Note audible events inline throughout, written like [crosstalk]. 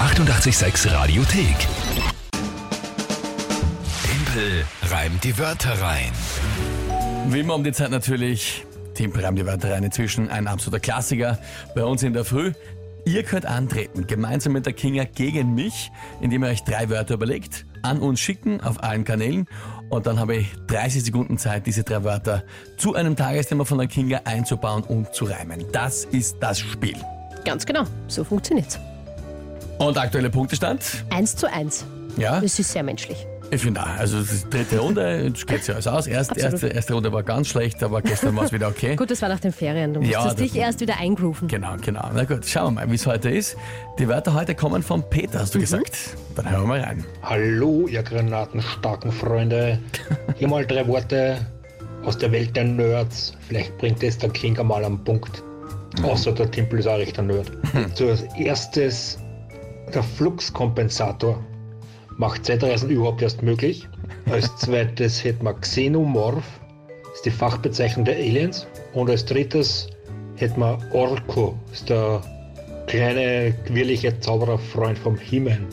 886 Radiothek. Tempel reimt die Wörter rein. Wie immer um die Zeit natürlich. Timperam die Wörter rein inzwischen. Ein absoluter Klassiker bei uns in der Früh. Ihr könnt antreten, gemeinsam mit der Kinga gegen mich, indem ihr euch drei Wörter überlegt, an uns schicken auf allen Kanälen und dann habe ich 30 Sekunden Zeit, diese drei Wörter zu einem Tagesthema von der Kinga einzubauen und zu reimen. Das ist das Spiel. Ganz genau, so funktioniert's. Und aktueller Punktestand? Eins zu eins. Ja, Das ist sehr menschlich. ich finde auch. Also das ist die dritte Runde, jetzt geht's ja alles aus. Erst, Absolut. erste, erste Runde war ganz schlecht, aber gestern war es wieder okay. Gut, das war nach den Ferien. Du Ja, musstest das- dich erst wieder eingrooven. Genau, genau. Na gut, schauen wir mal, wie es heute ist. Die Wörter heute kommen von Peter, Mhm. hast du gesagt. Dann hören wir mal rein. Hallo, ihr granatenstarken Freunde. Hier mal drei Worte aus der Welt der Nerds. Vielleicht bringt es der King mal am Punkt. Außer der Timpel ist auch recht ein Nerd. Zuerst erstes, der Fluxkompensator macht Zeitreisen überhaupt erst möglich. Als zweites hätten wir Xenomorph, ist die Fachbezeichnung der Aliens. Und als drittes hätten wir Orko, ist der kleine, quirlige Zaubererfreund vom He-Man.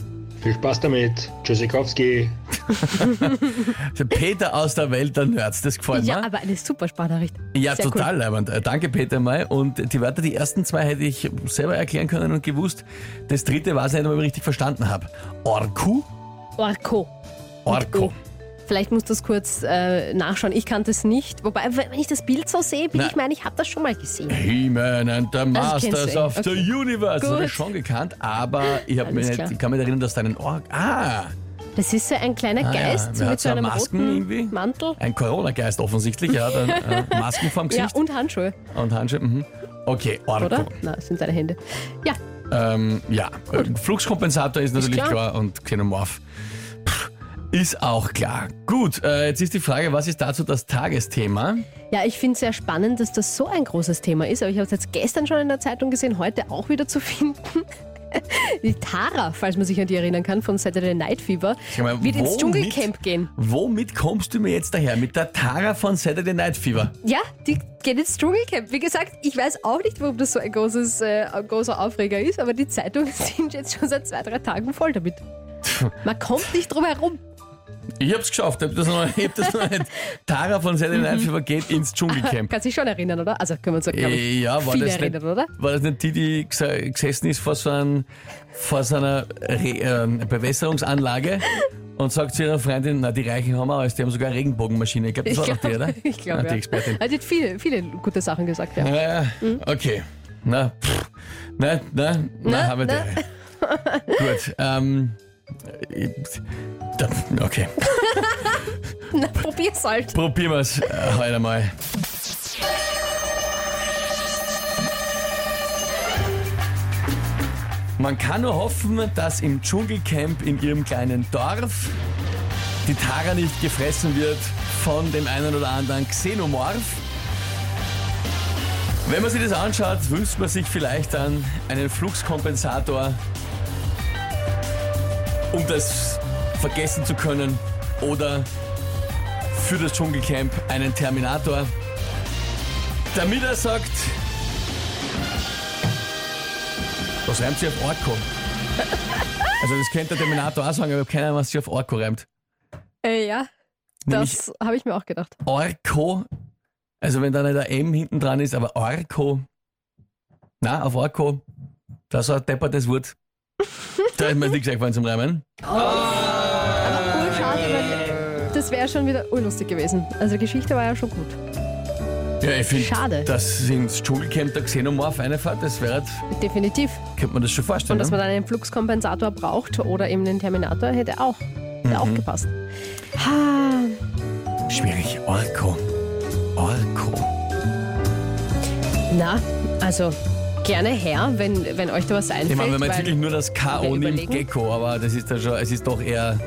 Viel Spaß damit. Tschüssikowski. Der Also Peter aus der Welt der Nerds, das gefällt Ja, mir. aber eine super Sparnachricht. Genau. Ja, Sehr total, Leiband. Äh, Danke, Peter, mal. Und die Wörter, die ersten zwei hätte ich selber erklären können und gewusst. Das dritte weiß ich nicht, ob ich richtig verstanden habe. Orku? Cool. Orko. Orko. Oh. Vielleicht musst du das kurz äh, nachschauen. Ich kannte es nicht. Wobei, wenn ich das Bild so sehe, bin Na. ich meine, ich habe das schon mal gesehen. He-Man and the kennst du Masters eh. of the Okay. Universe. Das Gut. habe ich schon gekannt, aber ich, hab Alles mir klar. nicht, ich kann mich erinnern, dass da einen Ork... Ah, Das ist ja ein kleiner Ah ja, Geist wer mit hat so so einem Masken roten irgendwie? Mantel. ein Corona-Geist offensichtlich. Er hat einen, [laughs] äh, Masken vorm Ja, Gesicht und Handschuhe, und Handschuhe. Mhm. Okay, Orko. oder? Na, das sind seine Hände. Ja, Ähm, ja, Fluxkompensator ist natürlich klar. klar. und Xenomorph pff, ist auch klar. Gut, äh, jetzt ist die Frage, was ist dazu das Tagesthema? Ja, ich finde es sehr spannend, dass das so ein großes Thema ist, aber ich habe es jetzt gestern schon in der Zeitung gesehen, heute auch wieder zu finden. [laughs] Die Tara, falls man sich an die erinnern kann, von Saturday Night Fever, Sag mal, wird ins womit- Dschungelcamp gehen. Womit kommst du mir jetzt daher? Mit der Tara von Saturday Night Fever. Ja, die geht ins Dschungelcamp. Wie gesagt, ich weiß auch nicht, warum das so ein, großes, äh, ein großer Aufreger ist, aber die Zeitungen [laughs] sind jetzt schon seit zwei, drei Tagen voll damit. Man kommt nicht drum [laughs] herum. Ich hab's geschafft, hab das noch, ich hab das noch [laughs] nicht. Tara von Saturday Mhm. Night Fever geht ins Dschungelcamp. Kann sich schon erinnern, oder? Also können wir uns, glaube Äh, ich, ja, war viel das erinnern, nicht, oder? War das nicht die, die gse- gesessen ist vor so, einem, vor so einer Re ähm, Bewässerungsanlage und sagt zu ihrer Freundin, na die Reichen haben auch alles, die haben sogar eine Regenbogenmaschine. Ich glaube, das war doch die, glaub- oder? [laughs] Ich glaube, Ah, die ja. [laughs] Expertin. Also, die hat viele, viele gute Sachen gesagt, ja. Ja, Mhm. okay. Na, pff. na, na, na, Na, haben wir na. die. [laughs] Gut, ähm, ich- da, okay, Na, [laughs] probier's halt. probieren wir es äh, heute mal. Man kann nur hoffen, dass im Dschungelcamp in ihrem kleinen Dorf die Tara nicht gefressen wird von dem einen oder anderen Xenomorph. Wenn man sich das anschaut, wünscht man sich vielleicht dann einen Fluxkompensator, um das vergessen zu können oder für das Dschungelcamp einen Terminator, damit er sagt, was reimt sich auf Orko? Also das könnte der Terminator auch sagen, aber ich habe keine Ahnung, was sich auf Orko reimt. Äh, ja, Nämlich das habe ich mir auch gedacht. Orko. Also wenn da nicht ein M hinten dran ist, aber Orko. Na, auf Orko. Das war ein deppertes Wort. Da ist mir nichts eingefallen zum Reimen. Aber urschade, weil das wäre schon wieder urlustig gewesen. Also, die Geschichte war ja schon gut. Ja, ich finde, Schade. dass ins Dschungelcamp der Xenomorph reinfährt, das wäre, Definitiv. könnte man das schon Und vorstellen. dass ne? man dann einen Fluxkompensator braucht oder eben den Terminator, hätte auch, hätte Mhm. auch gepasst. Ha, Schwierig. Orko. Orko. na, also, gerne her, wenn, wenn euch da was einfällt. Ich meine, wenn man jetzt weil- wirklich nur das K.O. wir nimmt, überlegen. Gecko, aber das ist ja schon, es ist doch eher,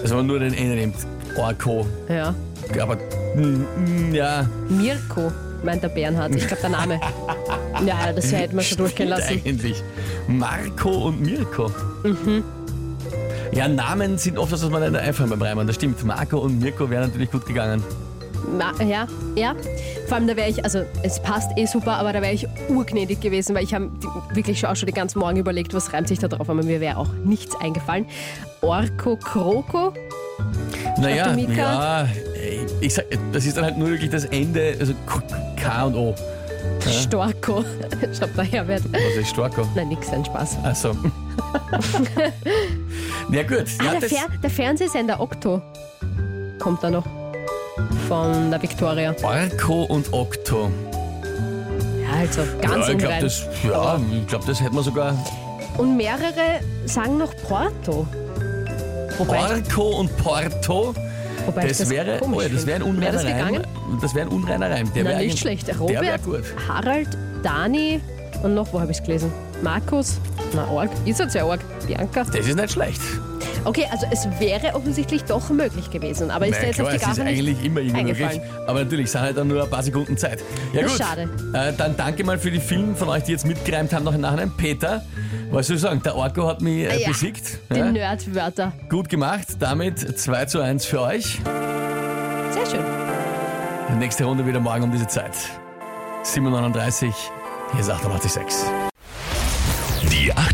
also wenn man nur den N nimmt, Orko. ja, Aber, mm, mm, ja, Mirko, meint der Bernhard. Ich glaube, [laughs] der Name. ja, das hätte man schon durchgehen Stimmt lassen. eigentlich. Marco und Mirko. Mhm. Ja, Namen sind oft das, was man nicht einfällt beim Reimann. Das stimmt. Marco und Mirko wären natürlich gut gegangen. Ma ja, ja. Vor allem, da wäre ich, also es passt eh super, aber da wäre ich urgnädig gewesen, weil ich habe wirklich schon auch schon den ganzen Morgen überlegt, was reimt sich da drauf, aber mir wäre auch nichts eingefallen. Orko Kroko? Naja, Mika? ja, ich sag, das ist dann halt nur wirklich das Ende, also K- K und O. Storko? [laughs] Schreibt der Herbert. Was ist Storko? Nein, nix, ein Spaß. Ah, [laughs] Achso. ja gut. Ah, ja, der, das- Fer der Fernsehsender Okto kommt da noch. Von der Victoria. Orko und Okto. Ja, also ganz ja, ich glaube, unrein. das, ja, ich glaub, das hätten wir sogar. Und mehrere sagen noch Porto. Wobei, Orko und Porto, wobei ich das, wäre, oh, komisch ja, das wäre ein finde. unreiner Wäre das Reim. gegangen? Das wäre ein unreiner Reim. Der wäre Nein, nicht eigentlich- schlecht. Der wäre Robert, gut. Harald, Dani und noch, wo habe ich es gelesen? Markus. Na, Org. Ist jetzt ja Org. Bianca. Das ist nicht schlecht. Okay, also es wäre offensichtlich doch möglich gewesen, aber ist Na ja jetzt klar, auf die es ist Gabe nicht. eigentlich immer irgendwie möglich. eingefallen. Aber natürlich sind halt dann nur ein paar Sekunden Zeit. Ja Das gut. ist schade. Äh, dann danke mal für die vielen von euch, die jetzt mitgereimt haben noch im Nachhinein. Peter, was soll ich sagen? Der Orko hat mich äh, Ah ja, besiegt. Die Ja, Nerdwörter. gut gemacht. Damit 2 zu 1 für euch. Sehr schön. Nächste Runde wieder morgen um diese Zeit. 7.39 hier ist 886. Die